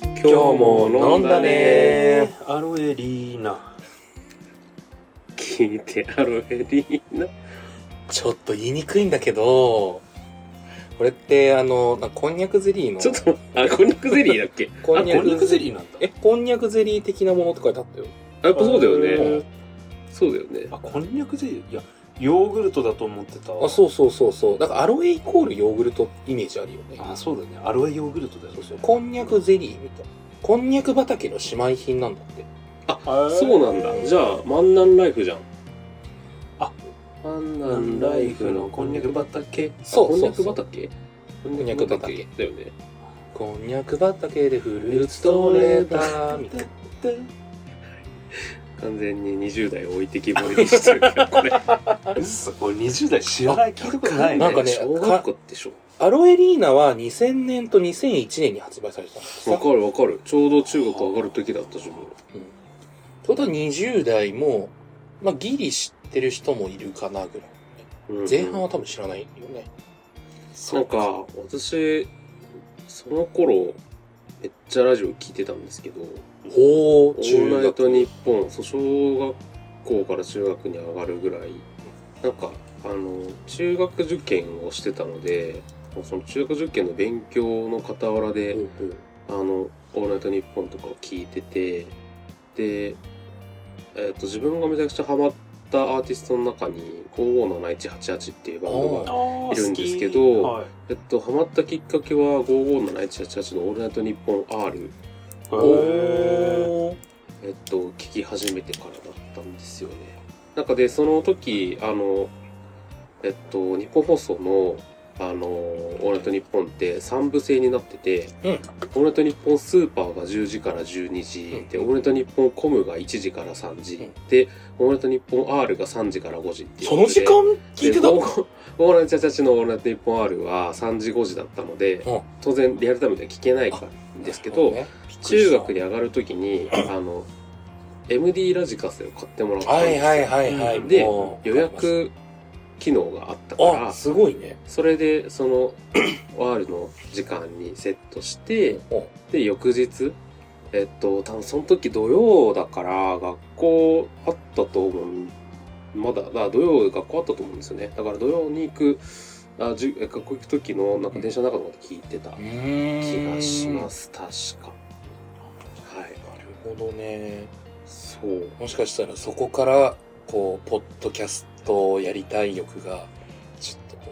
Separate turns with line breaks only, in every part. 今日も飲んだね
アロエリーナ
聞いてアロエリーナ
ちょっと言いにくいんだけど、これって、あの、なんかこんにゃくゼリーの、
ちょっとあこんにゃくゼリーだっけ
こんに
あ
ゃ
こんにゃ
く
く
ゼ
ゼ
リー。
リーなんだ
え、こんにゃくゼリー的なものって書いてあったよ。
あやっぱそうだよ
う
ね
ん
そうだよね
あこんにゃくゼリーいやヨーグルトだと思ってた
あ、そうそうそうそう。なんかアロエイコールヨーグルトイメージあるよね。
あそうだねアロエヨーグルトだよ
そうそう。こんにゃくゼリーみたいな。こんにゃく畑の姉妹品なんだって。
そうなんだじゃあ万南ライフじゃん
あ
万
な
南
ん
ラ
ラ
イ
イ
フの
フの
こ
こ
ん
ん
に
に
ゃく
ゃく
畑
畑
そうそうそう
こんにゃく畑こん
にゃく畑
だよね
こんにゃく畑でフルーツ取れたみたいな。
完全に20代を置いてきぼりにしてるけど これ
そこ20代知らない聞いたことないね
なんかね
小学校でしょ
アロエリーナは2000年と2001年に発売されてたんです
わかるわかるちょうど中学上がる時だったし
うん。ちょうど20代も、まあ、ギリ知ってる人もいるかなぐらい。
うん
前半は多分知らないよね。
なんか私その頃めっちゃラジオ聞いてたんですけど「
ほ
オ
う、
ール
中
ナイ
学。
トニッポン」そう小学校から中学に上がるぐらいなんかあの中学受験をしてたのでその中学受験の勉強の傍らで、あの「オールナイトニッポン」とかを聞いててで、えー、と自分がめちゃくちゃハマったアーティストの中に「557188」っていうバンドが
あー
い
いるんですけど
はい
えっと、ハマったきっかけは557188の「オールナイトニッポン R
へー
おー。」
えっと、聞き始めてからだったんですよね。なんかで、その時、あの、えっと、日本放送の、あの、オールナイトニッポンって3部制になってて、
うん
オールナイトニッポンスーパーが10時から12時、
うん
で、オールナイトニッポンコムが1時から3時、
うん
で、オールナイトニッポン R が3時から5時っていう
そ
こと
の
で。
時間聞いてた
でオーオーランチャチャチのオーランテ日本 R は3時5時だったので、
うん
当然リアルタイムでは聞けないかんですけど、
ね
中学に上がる時に、あの、MD ラジカセを買ってもらったん
は
です
い
よ。
はいはいはい。
で
もう
予。約機能があったか
あ、
ら、
すごいね。
それでその R の時間にセットして、
うん
で、翌日、えっと、多分その時土曜だから学校あったと思う。まだ、だから土曜学校あったと思うんですよね。だから土曜に行く、あじゅえ学校行く時のなんか電車の中とかで聞いてた
うー
気
ん。。
がしますす。確か。はい。
なるほどね。
そう。
もしかしたらそこから、こう、ポッドキャストをやりたい欲が、ちょっと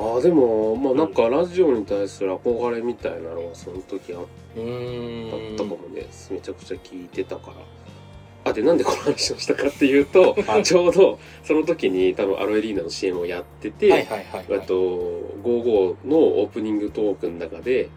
こう、
あでも、まあなんかラジオに対する憧れみたいなのはその時あっ
う
だ
ー
っ
ん。
たかもね、めちゃくちゃ聞いてたから。あ、で、なんでこの話をしたかっていう と、ちょうど、その時に多分アロエリーナの CM をやってて、
はいはいはい、
え
はい
っ。と、55のオープニングトークの中で、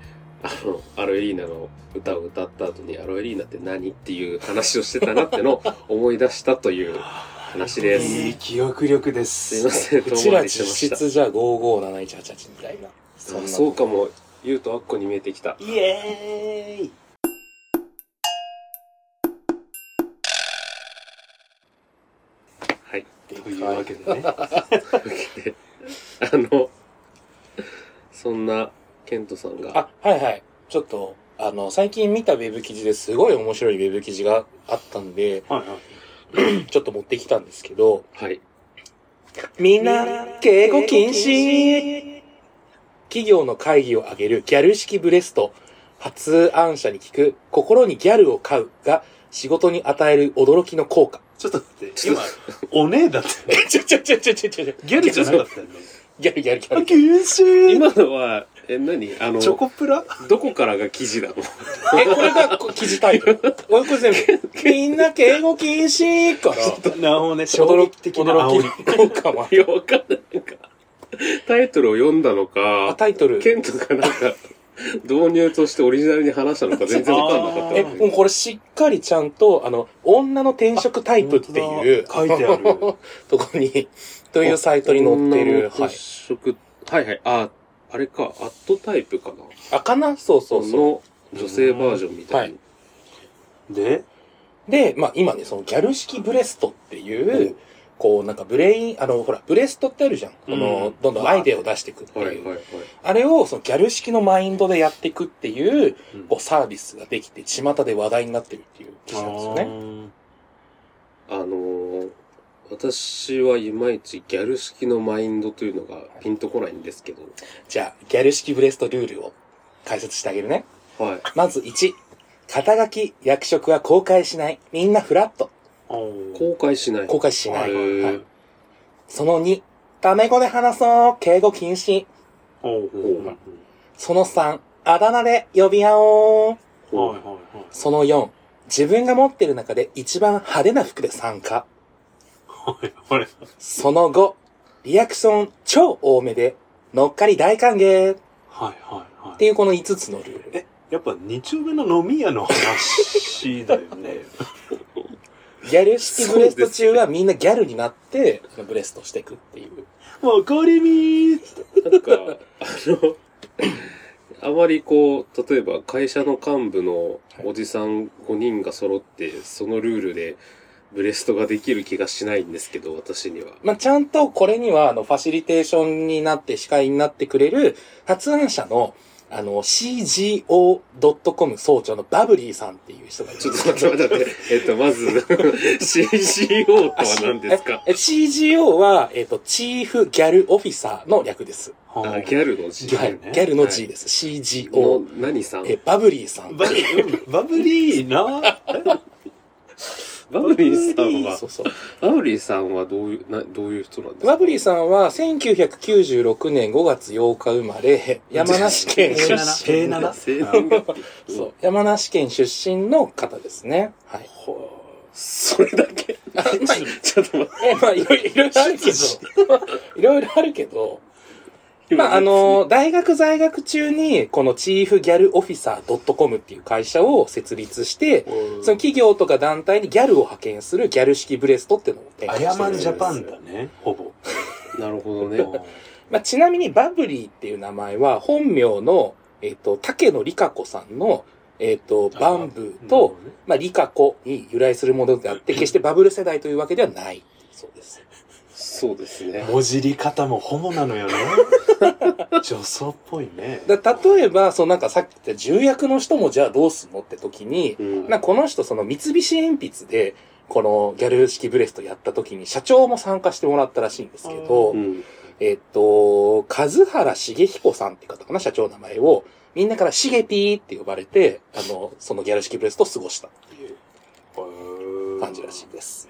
あの、アロエリーナの歌を歌った後に、アロエリーナって何っていう話をしてたなって のを思い出したという話で
いい
す。
記憶力です
い
す
ません、
う
遠
ち
回
ら
りして
実
ました。
質じゃあ557188みたいな。そん
あ
な
そうかも、言うとアッコに見えてきた。
イエーイ
はい。
で
というわけでね
あの、そんな、ケントさんが、
あ、はいはい。ちょっと、あの、最近見たウェブ記事ですごい面白いウェブ記事があったんで、
はいはい
ちょっと持ってきたんですけど、
はい。
みんな、敬語禁止企業の会議を挙げるギャル式ブレスト、発案者に聞く、心にギャルを買うが、仕事に与える驚きの効果。
ちょっと待って
ちょっ
今お姉だったよね
ちょちょちょちょちょちょ。
ギャルじゃなかったよね
ギャルギャルギャルギャル。
厳しい
今のは、え、何あの、
チョコプラ
どこからが記事なの
え、これがこ記事タイトル。お いこれ全部。みんな敬語禁止から、
なおね衝
驚
撃
き、
的な煽り
驚き効果もある
いや、わかんない。なんか、タイトルを読んだの
あ、
か、
タイトル。
ケントがなんか、導入としてオリジナルに話し たのか全然わかんなかった
え、
よ
もう
ね。
これしっかりちゃんと、あの、女の転職タイプっていう、
書いてある
とこに、というサイトに載ってる。
は
はいい。。
はいはい。あ、あれか、アットタイプかな。
あ、かなそうそうそう。
の女性バージョンみたいな。
で
で、まあ今ね、そのギャル式ブレストっていう、こう、なんかブレイン、あの、ほら、ブレストってあるじゃん。この、
うん
どんどんアイデアを出していくっていう。
はいはいはい。
あれを、そのギャル式のマインドでやっていくっていう、
うん
こう、サービスができて、巷で話題になってるっていう記事なんですよね。
あのー私はいまいちギャル式のマインドというのがピンとこないんですけど。
じゃあ、ギャル式ブレストルールを解説してあげるね。
はい。
まず1、肩書き、役職は公開しない。みんなフラット。
あー
公開しない。
公開しない。
へー
はいその2、タメ語で話そう。敬語禁止。
おー
うん
その3、あだ名で呼び合おう。
はいはいはい
その4、自分が持ってる中で一番派手な服で参加。
はいこれ
その5、リアクション超多めで、乗っかり大歓迎っ
はいはいはい
ていうこの5つのルール。
やっぱ二丁目の飲み屋の話だよね
ギャル式ブレスト中はみんなギャルになって、ブレストしていくっていう。
もうこれみー
なんか、あの、あまりこう、例えば会社の幹部のおじさん5人が揃って、そのルールでブレストができる気がしないんですけど、私には。
まあ、ちゃんとこれには、あの、ファシリテーションになって、司会になってくれる、発案者の、あの、cgo.com 総長のバブリーさんっていう人がいる。
ちょっと待って待って待って。えっと、まず、CCO とは何ですか
え CGO は、えっ、と、チーフギャルオフィサーの略です。
あ
は、
ギャルの字
ギ
は
ャ
い
ルね。
ギャルの
は
G
い
です。
の
CGO。
何さん
え、バブリーさん。
バブバブリーな
バブリーさんは
そうそう。
バブリーさんはどういう、などういう人なんですか
バブリーさんは、1996年5月8日生まれ、山梨県出
平
身。
七
生年月日
そう。山梨県出身の方ですね。はい。
それだけ ちょっと待っ
え、まあ、いろいろいろあるけど、 いろいろあるけど、
て。
まあ、あの、大学在学中に、このチーフギャルオフィサー .com っていう会社を設立して、その企業とか団体にギャルを派遣するギャル式ブレストっていうのを展
ア
開
ヤ
して
マ
るん
ン
です
ジャパンだね、ほぼ。
なるほどね。
まあ、ちなみにバブリーっていう名前は、本名の、えっ、と、竹野里香子さんの、えっ、と、バンブーと、、まあ、リカコに由来するものであって、決してバブル世代というわけではない。そうです。
そうですね。
もじり方もホモなのよね。 女装っぽいね。
だ例えば、そうなんかさっき言った重役の人もじゃあどうすんのって時に、
うん
なんかこの人その三菱鉛筆で、このギャル式ブレストやった時に社長も参加してもらったらしいんですけど、
うん。
えっと、和原茂彦さんって方かな、社長の名前を、みんなからしげぴーって呼ばれて、あの、そのギャル式ブレストを過ごしたっていう感じらしいです。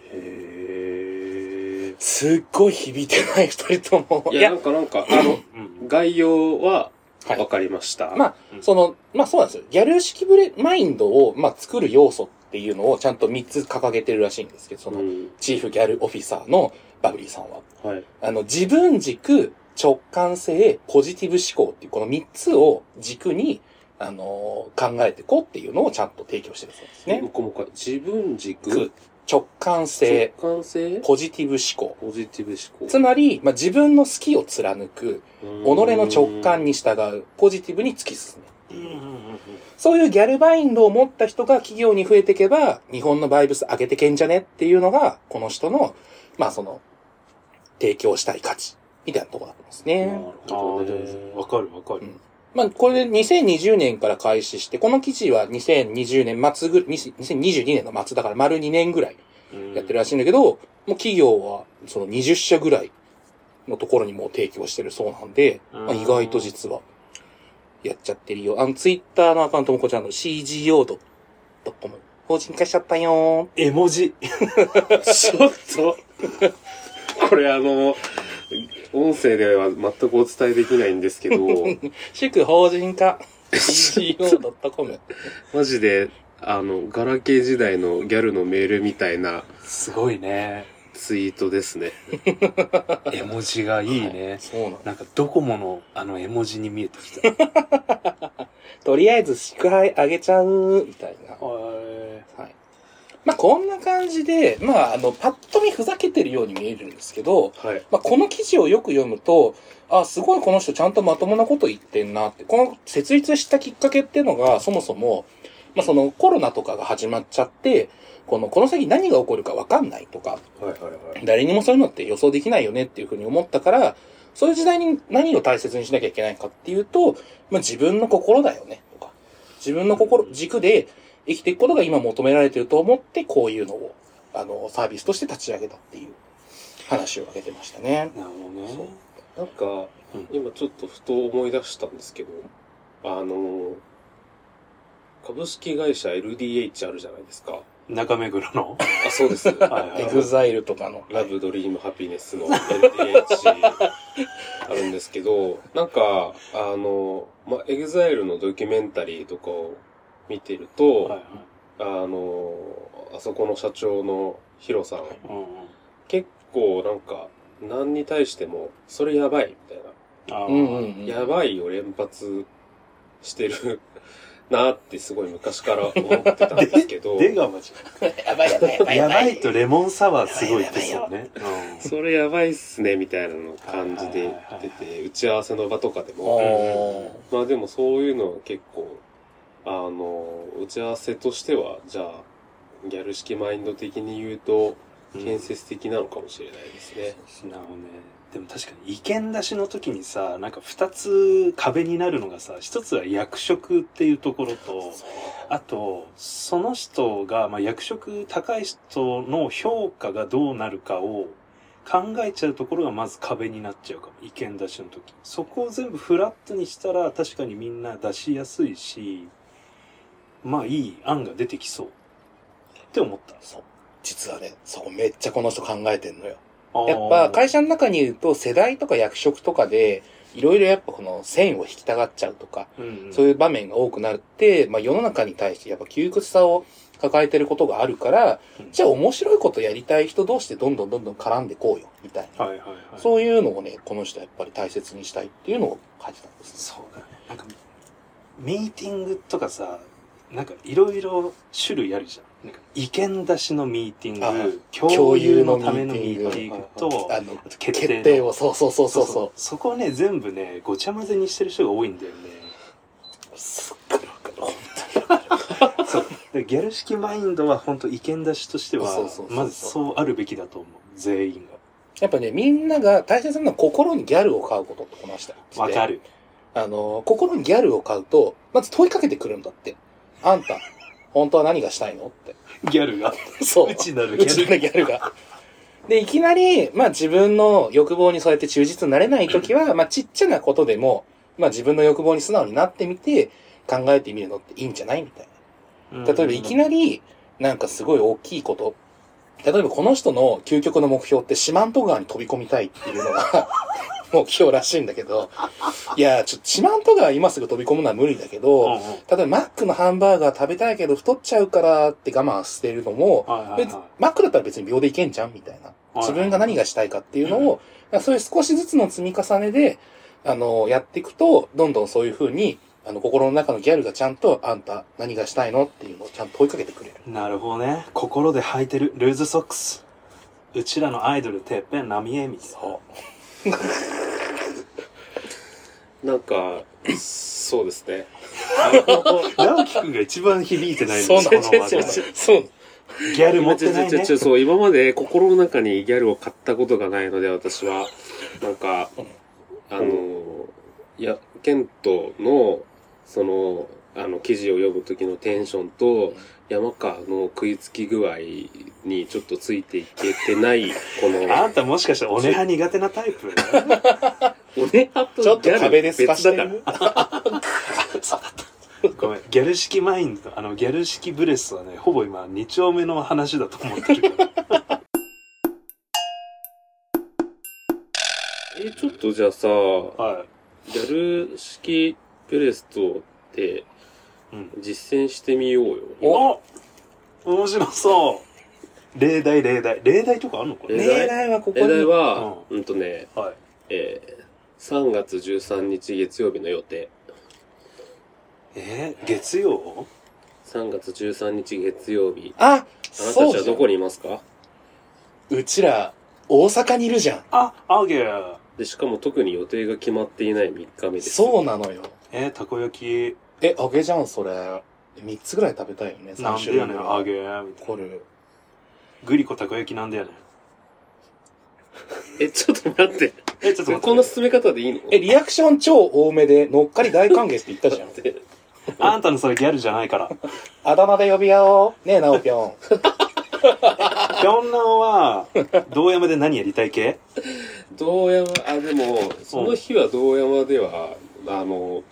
へー
すっごい響いてない二人とも。
いや、なんかなんか、あの、
うん
概要は
はい
わかりました。
まあその、まあそうなんですよ。ギャル式ブレ、マインドを、まあ作る要素っていうのをちゃんと3つ掲げてるらしいんですけど、その、
うん
チーフギャルオフィサーのバブリーさんは。
はい。
あの、自分軸、直感性、ポジティブ思考っていう、この3つを軸に、あのー考えてこうっていうのをちゃんと提供してるそうです
も
ね。
うもう一回自分軸
く、直感
直
性、
感性、
ポジティブ思考。
ポジティブ思考。
つまり、まあ、自分の好きを貫く、己の直感
に。
に従う、ポジティブに突き進む。
うんうんうんうん
そういうギャルバインドを持った人が企業に増えていけば、日本のバイブス上げてけんじゃねっていうのが、この人の、まあその、提供したい価値、みたいなところだと思います
な
ね
る。
あ
ほ
ー
どね。
でもわかるわか
う
る
ん。まあこれで2020年から開始して、この記事は2020年末ぐ、2022年の末だから丸2年ぐらいやってるらしいんだけど、もう企業はその20社ぐらいのところにもう提供してるそうなんで、まあ、
うん
意外と実はやっちゃってるよ。あの、ツイッターのアカウントもこちらの CGO.com。法人化しちゃったよ
絵文字。
ちょっと、これあの、音声では全くお伝えできないんですけど、
ー。祝法人化 CGO.com。
マジで、あの、ガラケー時代のギャルのメールみたいな
すごいね。
ツイートですね。
絵文字がいいね。
そうなの。
なんかドコモのあの絵文字に見えてきた。
とりあえず祝杯あげちゃう、みたいな。はい。まあ、こんな感じで、まあ、あの、パッと見ふざけてるように見えるんですけど、
はい。
まあ、この記事をよく読むと、あ、すごいこの人ちゃんとまともなこと言ってんなって、この設立したきっかけっていうのが、そもそも、まあそのコロナとかが始まっちゃって、この、この先何が起こるかわかんないとか、
はいはいはい。
誰にもそういうのって予想できないよねっていうふうに思ったから、そういう時代に何を大切にしなきゃいけないかっていうと、まあ自分の心だよねとか、自分の心、軸で生きていくことが今求められてると思って、こういうのを、あの、サービスとして立ち上げたっていう話を挙げてましたね。
なるほど
そう
ね。
なんか、
うん
今ちょっとふと思い出したんですけど、あの、株式会社 LDH あるじゃないですか。
中目黒の。
あ、そうです。
はいはい
エグザイルとかの。
ラブドリームハピネスの LDH あるんですけど、なんか、あの、まあ、エグザイルのドキュメンタリーとかを見てると、
はいはい。
あの、あそこの社長のヒロさん、
うんうん。
結構なんか、何に対しても、それやばい、みたいな。
あー
うんうんうん。
やばいを連発してる なってすごい昔から思ってたんですけど、
出川町。
やばいやばいやばい
やばいとレモンサワーすごいですよね。うん
それやばいっすね、みたいなの感じで出て、打ち合わせの場とかでも、
おー
まあでもそういうのは結構、あの、打ち合わせとしては、じゃあ、ギャル式マインド的に言うと、
うん
建設的なのかもしれないですね。
なるほどね。でも確かに意見出しの時にさ、なんか二つ壁になるのがさ、一つは役職っていうところと、あと、その人が、まあ、役職高い人の評価がどうなるかを考えちゃうところがまず壁になっちゃうかも。意見出しの時。そこを全部フラットにしたら確かにみんな出しやすいし、まあいい案が出てきそう。って思った。
そう実はね、そこめっちゃこの人考えてんのよ。
あー
やっぱ会社の中にいると世代とか役職とかで、いろいろやっぱこの線を引きたがっちゃうとか、
うんうん
そういう場面が多くなって、まあ世の中に対してやっぱ窮屈さを抱えてることがあるから
うん、
じゃあ面白いことやりたい人同士でどんどんどんどん絡んでこうよ、みたいな。
はいはいはい。
そういうのをね、この人はやっぱり大切にしたいっていうのを書いてたんです。
そうだね。なんか、ミーティングとかさ、なんかいろいろ種類あるじゃん。なんか意見出しのミーティング、
はい
共有のためのミーティングと、
あの、
あと
決
決定の
定を、そうそうそうそうそう。
そこをね、全部ね、ごちゃ混ぜにしてる人が多いんだよね。
すっごいわかる。
そう。でギャル式マインドは本当意見出しとしては
そうそうそう、そう
まずそうあるべきだと思う。全員
やっぱね、みんなが大切なのは心にギャルを買うことってこの人は言って
が。わ
て
かる。
あの、心にギャルを買うと、まず問いかけてくるんだって。あんた、本当は何がしたいのって。
ギャル が。
そう。
うちなる
う
ギ
ち
ャ
の
ル。
ギャルが。で、いきなり、まあ自分の欲望にそうやって忠実になれないときは、まあちっちゃなことでも、まあ自分の欲望に素直になってみて、考えてみるのっていいんじゃないみたいな。 例えばいき
り。
なり、なんかすごい大きいこと。例えばこの人の究極の目標って四万十川に飛び込みたいっていうのが 目標らしいんだけど、いや、ちょっと四万十川今すぐ飛び込むのは無理だけど、
うんうんはい
例えばマックのハンバーガー食べたいけど太っちゃうからって我慢してるのも、
はい
別
は
マックだったら別に秒でいけんじゃんみたいな。
い。
自分が何がしたいかっていうのを、そういう少しずつの積み重ねで、あの、やっていくと、どんどんそういう風に、あの、心の中のギャルがちゃんと、あんた何がしたいのっていうのをちゃんと追いかけてくれる。
なるほどね。心で履いてるルーズソックス。うちらのアイドルてっぺん浪江みたい
そ
なんか、そうですね。
な。直樹くんが一番響いて
う。
ない
そう
の
な
こ
の
の話題ギ
そう。
ャル持ってないね
ちょ。そう、今まで心の中にギャルを買ったことがないので、私は、なんか、あの、いや、ケントの、その、あの、記事を読む時のテンションと、山川の食いつき具合にちょっとついていけてない、この、
あんたもしかして俺は苦手なタイプ
おねはと
ちょっ
ギ
と
ャル
壁で透かして
別だから
る。
ごめん。ギャル式マインド、あの、ギャル式ブレスはね、ほぼ今、二丁目の話だと思ってるから。
え、ちょっとじゃあさ、
はい。
ギャル式プレストって
うん。
実践してみようよ。
お面白そう例題、例題。例題とかあんのかな
例題
例題はここ
例題
に。
は、うん、とね、
はい。
えー、3月13日月曜日の予定。
えー月曜
3月13日月曜日。
あ、
あなた
そ
た
う
ちは
じゃ
ど
ん
こにいますか
うちら、大阪にいるじゃん。
あ、あげー。
で、しかも特に予定が決まっていない3日目です。
そうなのよ。
えーたこ焼き。
え、あげじゃん、それ。 3つぐらい食べたいよね、3
なん
種
でや
類
ね
ぐ
ん、
ら
揚
い
げ。みたいな。
残る。
グリコたこ焼きなんでやねん。
え、ちょっと待って。
え、ちょっと
こん
待
な
って。
進め方でいいの
え、リアクション超多めで、乗っかり大歓迎って言っ たじゃん。
あんたのそれギャルじゃないから。
あだ名で呼び合おう。ねえ、なおぴょん。
ぴょんなおは、道山で何やりたい系
道山、あ、でも、その日は道山では、あの、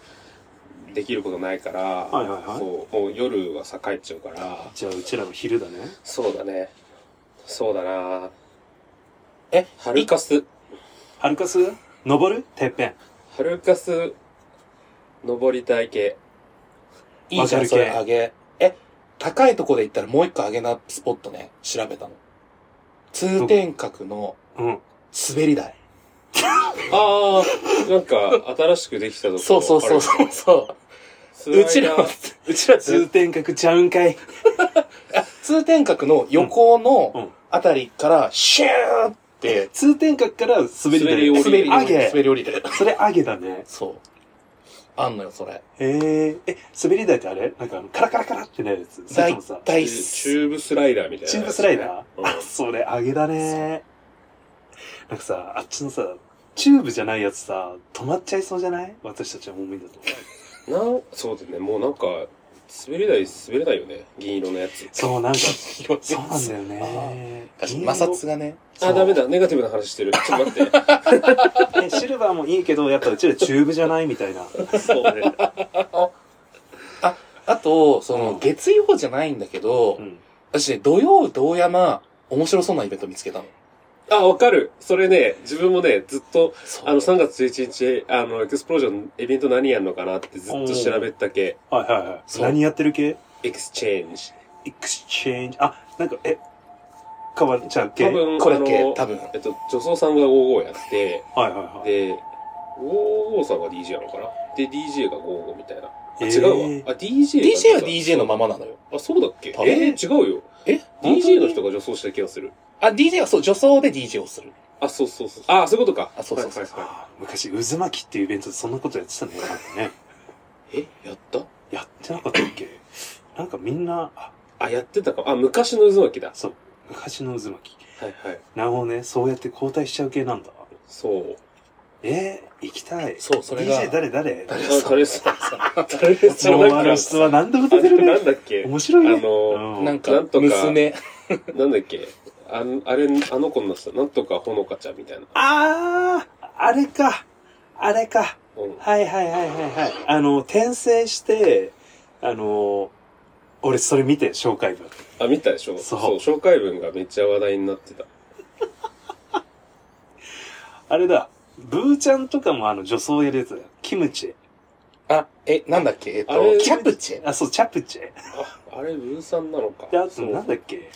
できることないから、
いはいはい
そう、もう夜はさ、帰っちゃうから、
じゃあ、うちらの昼だね。
そうだね。そうだな
え、
ハルカス、
ハルカス登るてっぺん。
ハルカス、登りたい系。
いいじゃん、
わ
そ
かる
れ
系
揚げ。え、高いとこで行ったらもう一個揚げなスポットね、調べたの。通天閣の
うん。
滑り台。
ああ、なんか、新しくできたとこ
そうそうそうそうそうう。うちらは、うちら
通
通、
天閣ちゃうんかい。
通天閣の横
うんう
の
ん
あたりから、シューって、
通天閣から滑
滑
り台
り降り
滑り、
揚げ
滑り降りてる。
それ揚げだね。
そう。あんのよ、それ。
へえ。え、滑り台ってあれなんかあの、カラカラカラってなるやつ。それ
だ
と
い
もさ、
たい、
チューブスライダーみたいな、
チューブスライダー、
うん
あ、それ揚げだね。なんかさ、あっちのさ、チューブじゃないやつさ、止まっちゃいそうじゃない私たちは重いんだと。
なそうだねもうなんか滑り台滑れないよね銀色のやつ
そう、なんか、
そう
そうなんだよ
あ
ね。
摩擦がね。
そう
あダメだネガティブな話してるちょっと待って
えシルバーもいいけど、やっぱうちらチューブじゃないみたいな。
そうね
あと、その、
うん
月曜じゃないんだけど、
うん。
私ね、土曜、道山、面白そうなイベント見つけたの。
あわかるそれね自分もねずっと
そう
あの3月11日あのエクスプロージョンイベント何やんのかなってずっと調べたけ
はいはいは
そ
い。
う
何やってる系
エクスチェンジ
エクスチェンジ。あ、なんか、え、変わっちゃう系
多
はい
分
これっけ
あの
多分
えっと女装さんが55やって
はいはい。
で55さんが DJ なのかなで DJ が55みたいなあ
えー
違うわあ DJ が
DJ は DJ のままなのよ。
あそうだっけ
多分
えー違うよ
え
DJ の人が女装した気がする
あ、DJ はそう、女装で DJ をする。
あ、そうそうそう。あ、そういうことか。
あそうそうそう
はいはいは
あー昔、渦巻きっていうイベントでそんなことやってたね。なんかね。
いえ、やった
やってなかったっけなんかみんな、あ、
あ、やってたかも。あ、昔の渦巻きだ。
そう。昔の渦巻き。
はいはい。
なるほどね。そうやって交代しちゃう系なんだ。
そう。
えー、行きたい。
そうそれが
DJ 誰誰
あ
誰
タレスさん。タレスさん。
昭
な
和
んか
の質は何でも
あ
出て
れ
る
な
ね。
んだっけ
面白いね。
あの
うん
なん
な
か
ん、とか
娘。
なんだっけあのあれ、あの子のさ、なんとかほのかちゃんみたいな。
あー、あれか。あれか。
うん。
はいはいはいはいはい。あの、転生して、あの、俺それ見て、紹介文。
あ、見たでしょ
そう
紹介文がめっちゃ話題になってた。
あれだ。ブーちゃんとかもあの、女装やるやつだよ。キムチ。
あ、え、なんだっけえっ
あれ
と、キャプチェ。
あ、そう、チャプチェ。
あ、あれ、ブーさんなのか。
で、あと
そう
なんだっけ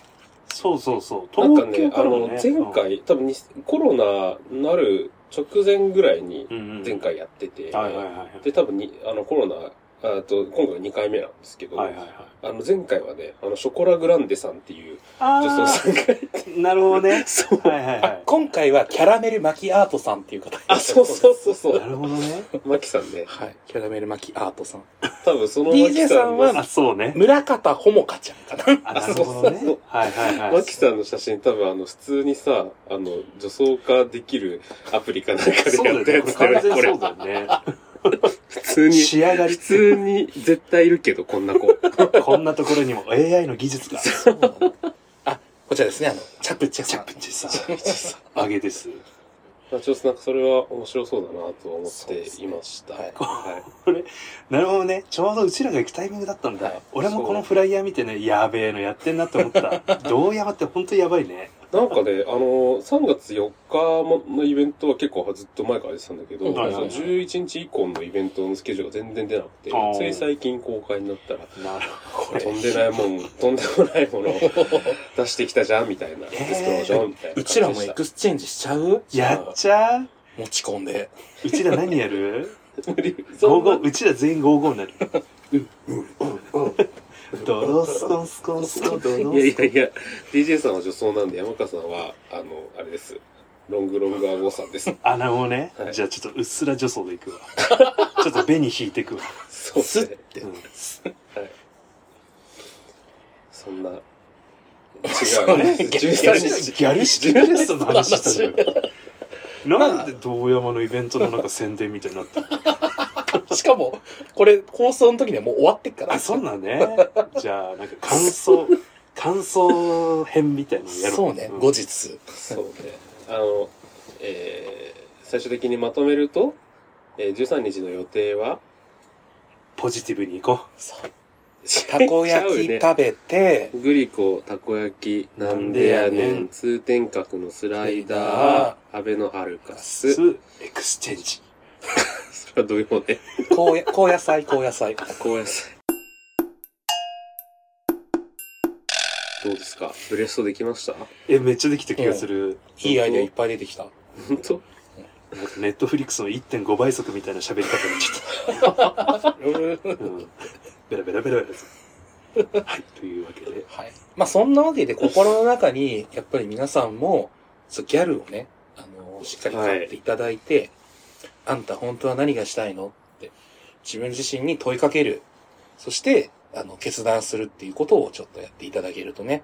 そうそうそう。
なんか
東京
ね、あ
からも
の、
ね。
前回、多分にコロナなる直前ぐらいに
う、ん、うんうん
前。回やってて。
はいはいはい。
で、多分に、あの、コロナ、あと、今回2回目なんですけど、
はいはいはい。
あの、前回はね、あの、ショコラグランデさんっていう
あ
女装さんが、
ー、なるほどね。
そう。
はいはい
あ
は、
今回はキャラメル巻きアートさんっていう方。
あ、そうそうそうそ
い。な
う。
るほどね。
マキさんね。
はい、キャラメル巻きアートさん。
多分その
DJ
マキさんの
さんは
あ、そうね。
村方ほもかちゃんかな。
あ、なるほどね
そうそう。
はいはいはい。
マキさんの写真多分あの、普通にさ、あの、女装化できるアプリかなんかで
そうだ
や
よ
った
ね。
や
これ
つだよね、こ
完全に
れ
そう。だよね。
普通に、
仕上がり
普通に絶対いるけど、こんな 子。
こんなところにも AI の技術が。
そうなの あ、こちらですね、あの、チャプチェ
チ
さ
ャ
ん
プ。チさん。揚げです。
まあ、ちょっとなんかそれは面白そうだなとは思
そ
っ
うです
てい
ね
ました。
はい
は
なるほどね。ちょうどうちらが行くタイミングだったんだ
はい。
俺もこのフライヤー見てね、やべえのやってんなって思った。どうやばって本当やばいね。
い。なんかね、あの3月4日のイベントは結構ずっと前から出てたんだけど、
はい
はいはい
その11日以降のイベントのスケジュールが全然出なくて
あー、
つい最近公開になったら、
なるほど
と
ね。
んでないも ん、とんでもない ものを出してきたじゃん、みたいな。エクスプロージョンみたいな感じでした。
うちらもエクスチェンジしちゃう
やっちゃう
持ち込んで。
うちら何やる
無理。そんな
55、うちら全員55になる。ドロスコンスコンスコンドロ
いやい
ス
やいや、DJ さんは女装なんで、山川さんは、あの、あれです。ロングロングアゴさん です。
あ、なるほどね
は。い
じゃあちょっとうっすら 女装でいくわ。ちょっと紅引いてくわ。
そうですね。
うん
そんな。違
そう
う
ね
ね。
ギャ
13
ル
日。
ギャル式ブレストの話したじゃん。なんで堂山のイベントのなんか宣伝みたいになってる
しかも、これ、放送の時にはもう終わってっから。
あ、そうなんね。 じゃあ、なんか感想、感想編みたいなのやろ
そうね、
ん
後日。
そうね。あの、えー最終的にまとめると、えー13日の予定は、
ポジティブにいこ
そうたこ焼き
ちゃうね
食べ て、
グリコ、たこ焼き、なんでやねん、通天閣のスライダー、アベノハルカ
う。
ス。そ
すエクスチェンジ。
れはどういうもね。
高野高野菜、高野菜。
こうやどうですかブレストできました
え、めっちゃできた気がする。
いいアイデアいっぱい出てきた。
本当
ネットフリックスの1.5倍速みたいな喋り方になっちゃった。うん。ベラベラベラベラ。はい、というわけで。
はい。まあ、そんなわけで、心の中に、やっぱり皆さんも、そうギャルをね、あの、しっかり買っていただいて、あんた本当は何がしたいのって、自分自身に問いかける。そして、あの、決断するっていうことをちょっとやっていただけるとね、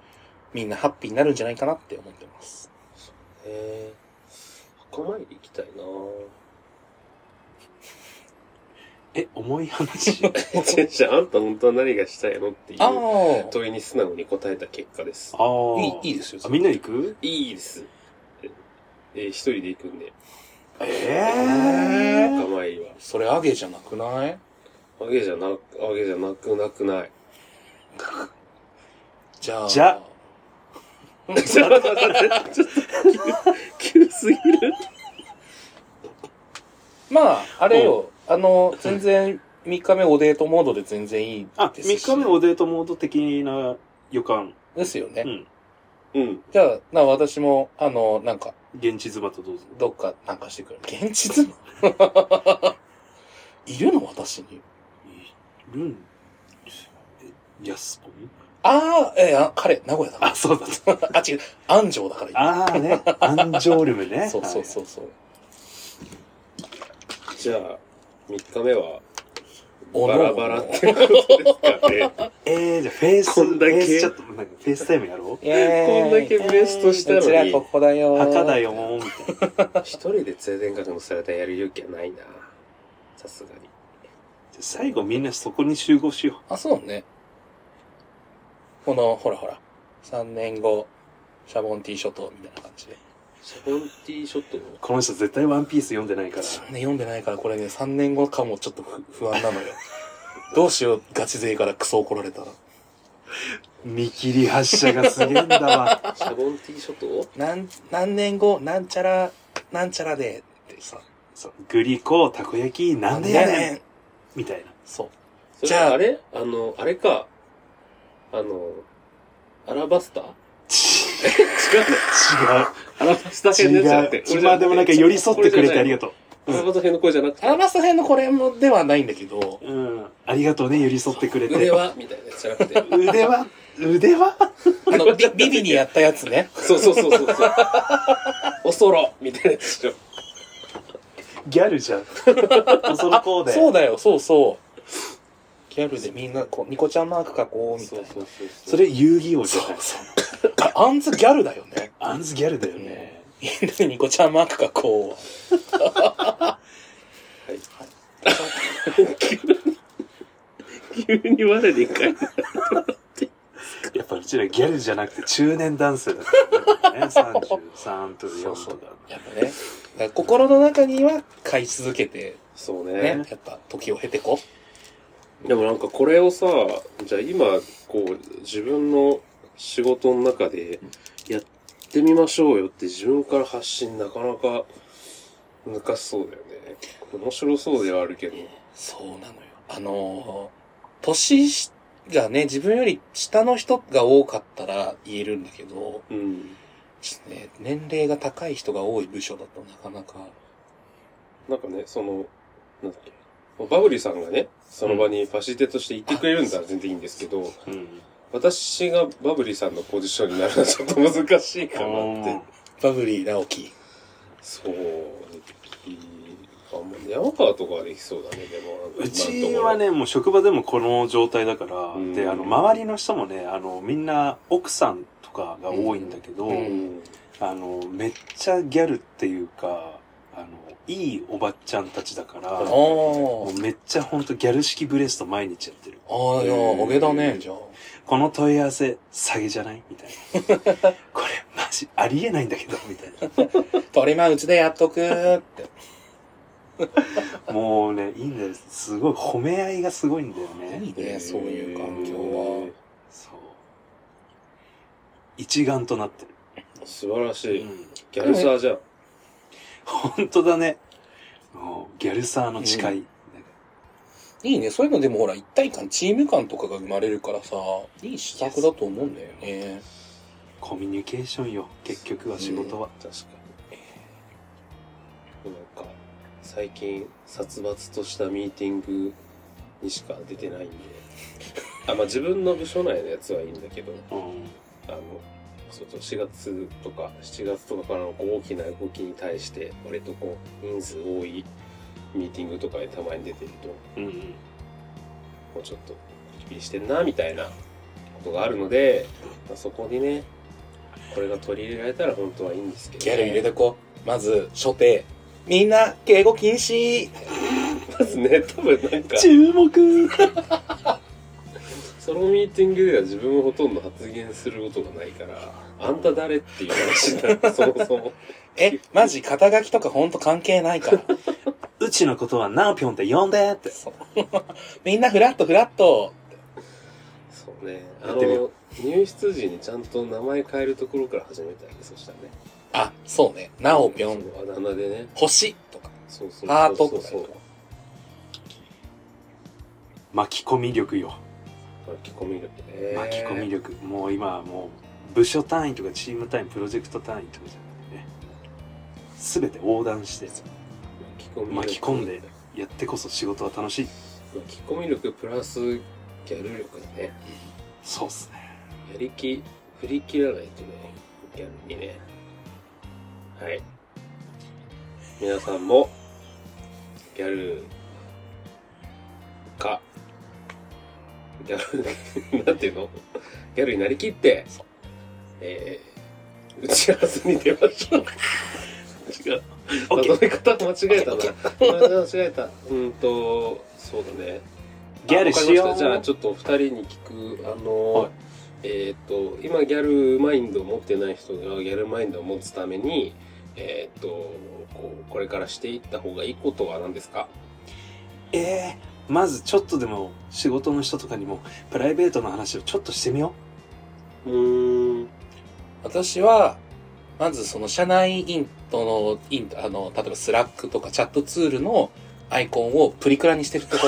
みんなハッピーになるんじゃないかなって思ってます。
えー、墓参り行きたいな
え、重 い話
ぁ。じゃあ、あんた本当は何がしたいのってい
あ
う
あ、
問いに素直に答えた結果です。
ああ。
いい、いいですよ
あ、。みんな行く
いいです。えー、一人で行くんで、
え
え
墓参りは。
それアゲじゃなくない
あげじゃな、あげじゃなくなくない。
じゃあ。
じゃ
ちょっと待って、ちょっと、急急すぎる。
まあ、あれよ、あの、全然、3日目おデートモードで全然いい
あ、
ですし。
3日目おデートモード的な予感。
ですよね。
うん。
うん。
じゃあ、な、私も、あの、なんか、
現地ズバとどうぞ。
どっかなんかしてくる。現実の いるの私に。
いるんえやすぽん
ああ、えーあ、彼、名古屋だか
あ、そうだった。
ら。あ、違う、安城だから
ああね。アンジョールム ね。
そうそうそうそう。
じゃあ、3日目は、
お
バ
のお
ラ
の
バラってことですか ね。
えー、じゃあフェイス、
こんだけ
フェイスチャット、なんかフェイスタイムやろ
イェーイ
こんだけブレストしたのに
うちらここだよ
う。
ー。
墓だよー、みたいな。
一人で通天閣のスライダーやる勇気はないなさすがに
じゃあ最後みんなそこに集合しよ
あ、そうね。この、ほらほら。3年後、シャボンティー諸島みたいな感じで。
シャボンティーショット
う。この人絶対ワンピース読んでないから。
それね、読んでないから、これね、3年後かもちょっと不不安なのよ。 どうしよう、ガチ勢からクソ怒られたら。
見切り発車がすげえんだわ。
シャボンティーショット
なん、何年後、なんちゃら、なんちゃらで、ってさ。
そうグリコ、たこ焼き、なんでやねん
ん
みたいな。
そう。
それ
じゃあ
あれあのあれかあのアラバスタ違うね
違
アラバスタ
う。
編のやつじゃなく
違う
て。
今でもなんか寄り添ってくれてありが
と
と
うアラバスタ編の声じゃなくて
アラバスタ編のこれもではないんだけど、
う。うん。ありがとうね、寄り添ってくれて。
腕はみたいなやつじゃなくて
腕は腕は
あ の、ビビビにやったやつね。
そうそうそうそうそうおそろみたいなやつでしょ
ギャルじゃん。 その子で。
そうだよ、そうそう。ギャルでみんな、こう、ニコちゃんマーク書こう、みたいな。
そうそう
それ遊戯王じゃない。
あアンズギャルだよね。
アンズギャルだよね。
ニコちゃんマーク書こう。
はい急に急に我に返る
やっぱうちらギャルじゃなくて中年男性だったね。33とか
そう
4
そ
と
う
か。。
やっぱね。だから心の中には買い続けて、
そう
ね、やっぱ時を経てこ。
でもなんかこれをさ、じゃあ今、こう、自分の仕事の中でやってみましょうよって自分から発信なかなか難しそうだよね。面白そうではあるけど。
そうなのよ。あのー、年がね、自分より下の人が多かったら言えるんだけど、
うん。
ちょっとね、年齢が高い人が多い部署だとなかなか。
なんかね、その、なんだっけ。バブリーさんがね、その場にファシリテとして行ってくれるんだら全然いいんですけど、
うん。
私がバブリーさんのポジションになるのはちょっと難しいかなって。
バブリー直樹。
そう、できあもう山川とかはできそうだねでも
うちはね、もう職場でもこの状態だから、
うん
で、あの、周りの人もね、あの、みんな奥さんとかが多いんだけど、
うん
あの、めっちゃギャルっていうか、あの、いいおばちゃんたちだから、
あ
も
ー
うめっちゃほんとギャル式ブレスト毎日やってる。
あー、いや、おげだね、じゃあ。
この問い合わせ、詐欺じゃないみたいな。これ、マジ、ありえないんだけど、みたいな。
トリマうちでやっとくーって。
もうね、いいんだよ。すごい、褒め合いがすごいんだよね。
いいね、そういう環境は。
そう。一丸となって
素晴らし
る。う
い
ん。
ギャルサーじゃん
本当だね。もう、ギャルサーの誓い。
いいね、そういうのでもほら、一体感、チーム感とかが生まれるからさ、いい施策だと思うんだよね。
コミュニケーションよ。結局は仕事は。
確かになんか最近殺伐としたミーティングにしか出てないんであまあ自分の部署内のやつはいいんだけど
うん。
あのそうそう4月とか7月とかからのこう大きな動きに対して割とこう人数多いミーティングとかでたまに出てるとも
うんうん。
うちょっとピリピリしてんなみたいなことがあるので、まあ、そこにねこれが取り入れられたら本当はいいんですけど、
ギャル入れとこう。まず、初手。みんな、敬語禁止
ます ね多分なんか
注目
そのミーティングでは自分をほとんど発言することがないからあんた誰っていう話になるそもそも
え、マジ、肩書きとかほんと関係ないから。
うちのことはナーピョンって呼んでって。
みんなフラットフラット
そうねあ
やってみよ
の入室時にちゃんと名前変えるところから始めたいねそしたらね
あ、そうね。なおぴょん。
そうあだ名でね
星とか。
そうそうそうそう
ハートとか
そう
巻き込み力よ。
巻き込み力ね
巻き込み力。もう今はもう、部署単位とかチーム単位、プロジェクト単位とかじゃなくてね。すべて横断して、
巻き込み力
巻き込んでやってこそ仕事は楽しい。
巻き込み力プラスギャル力だね
そうっすね。
やりき振り切らないとねギャルにねはい皆さんもギャルかギャルなんていうのギャルになりきってえー、打ち合わせに出ましょう違うまと
OK。
め方間違えたな間違えたうんとそうだね
ギャルしよ
あわかりまたじゃあ
う。
ちょっとお二人に聞くあの、
はい
えっ、と今ギャルマインドを持ってない人がギャルマインドを持つためにえっ、とこうこれからしていった方がいいことは何ですか
ええまずちょっとでも仕事の人とかにもプライベートの話をちょっとしてみよ
うーん
私は、まずその社内イントの、イント、あの、例えばスラックとかチャットツールのアイコンをプリクラにしてるとこ。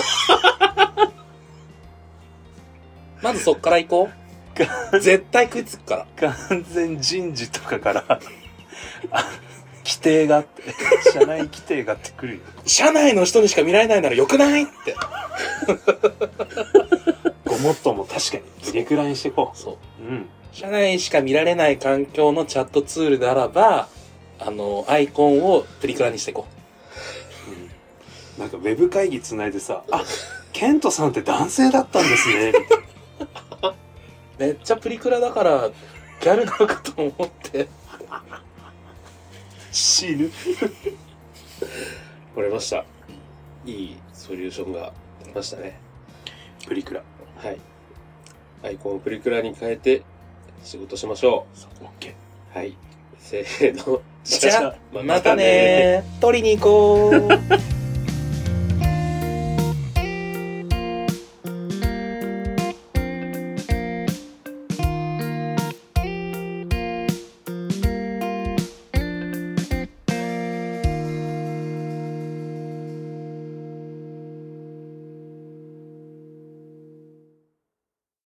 まずそっから行こう。絶対食いつくから。
う。完全人事とかから、あ規定があって、社内規定があってくるよ。
社内の人にしか見られないなら良くないって。
ごもっとも確かに、プリクラにしてこ
そう。
う。うん。
社内しか見られない環境のチャットツールならば、あの、アイコンをプリクラにしていこう。
なんかウェブ会議つないでさ、あ、ケントさんって男性だったんですね。みたいな
めっちゃプリクラだから、ギャルなのかと思 って。
死ぬ。
これましたいいソリューションが出ましたね
プリクラ。
はいアイコンをプリクラに変えて仕事しましょ
オッケー。
うはいせーの
じゃあ、またね取りに行こう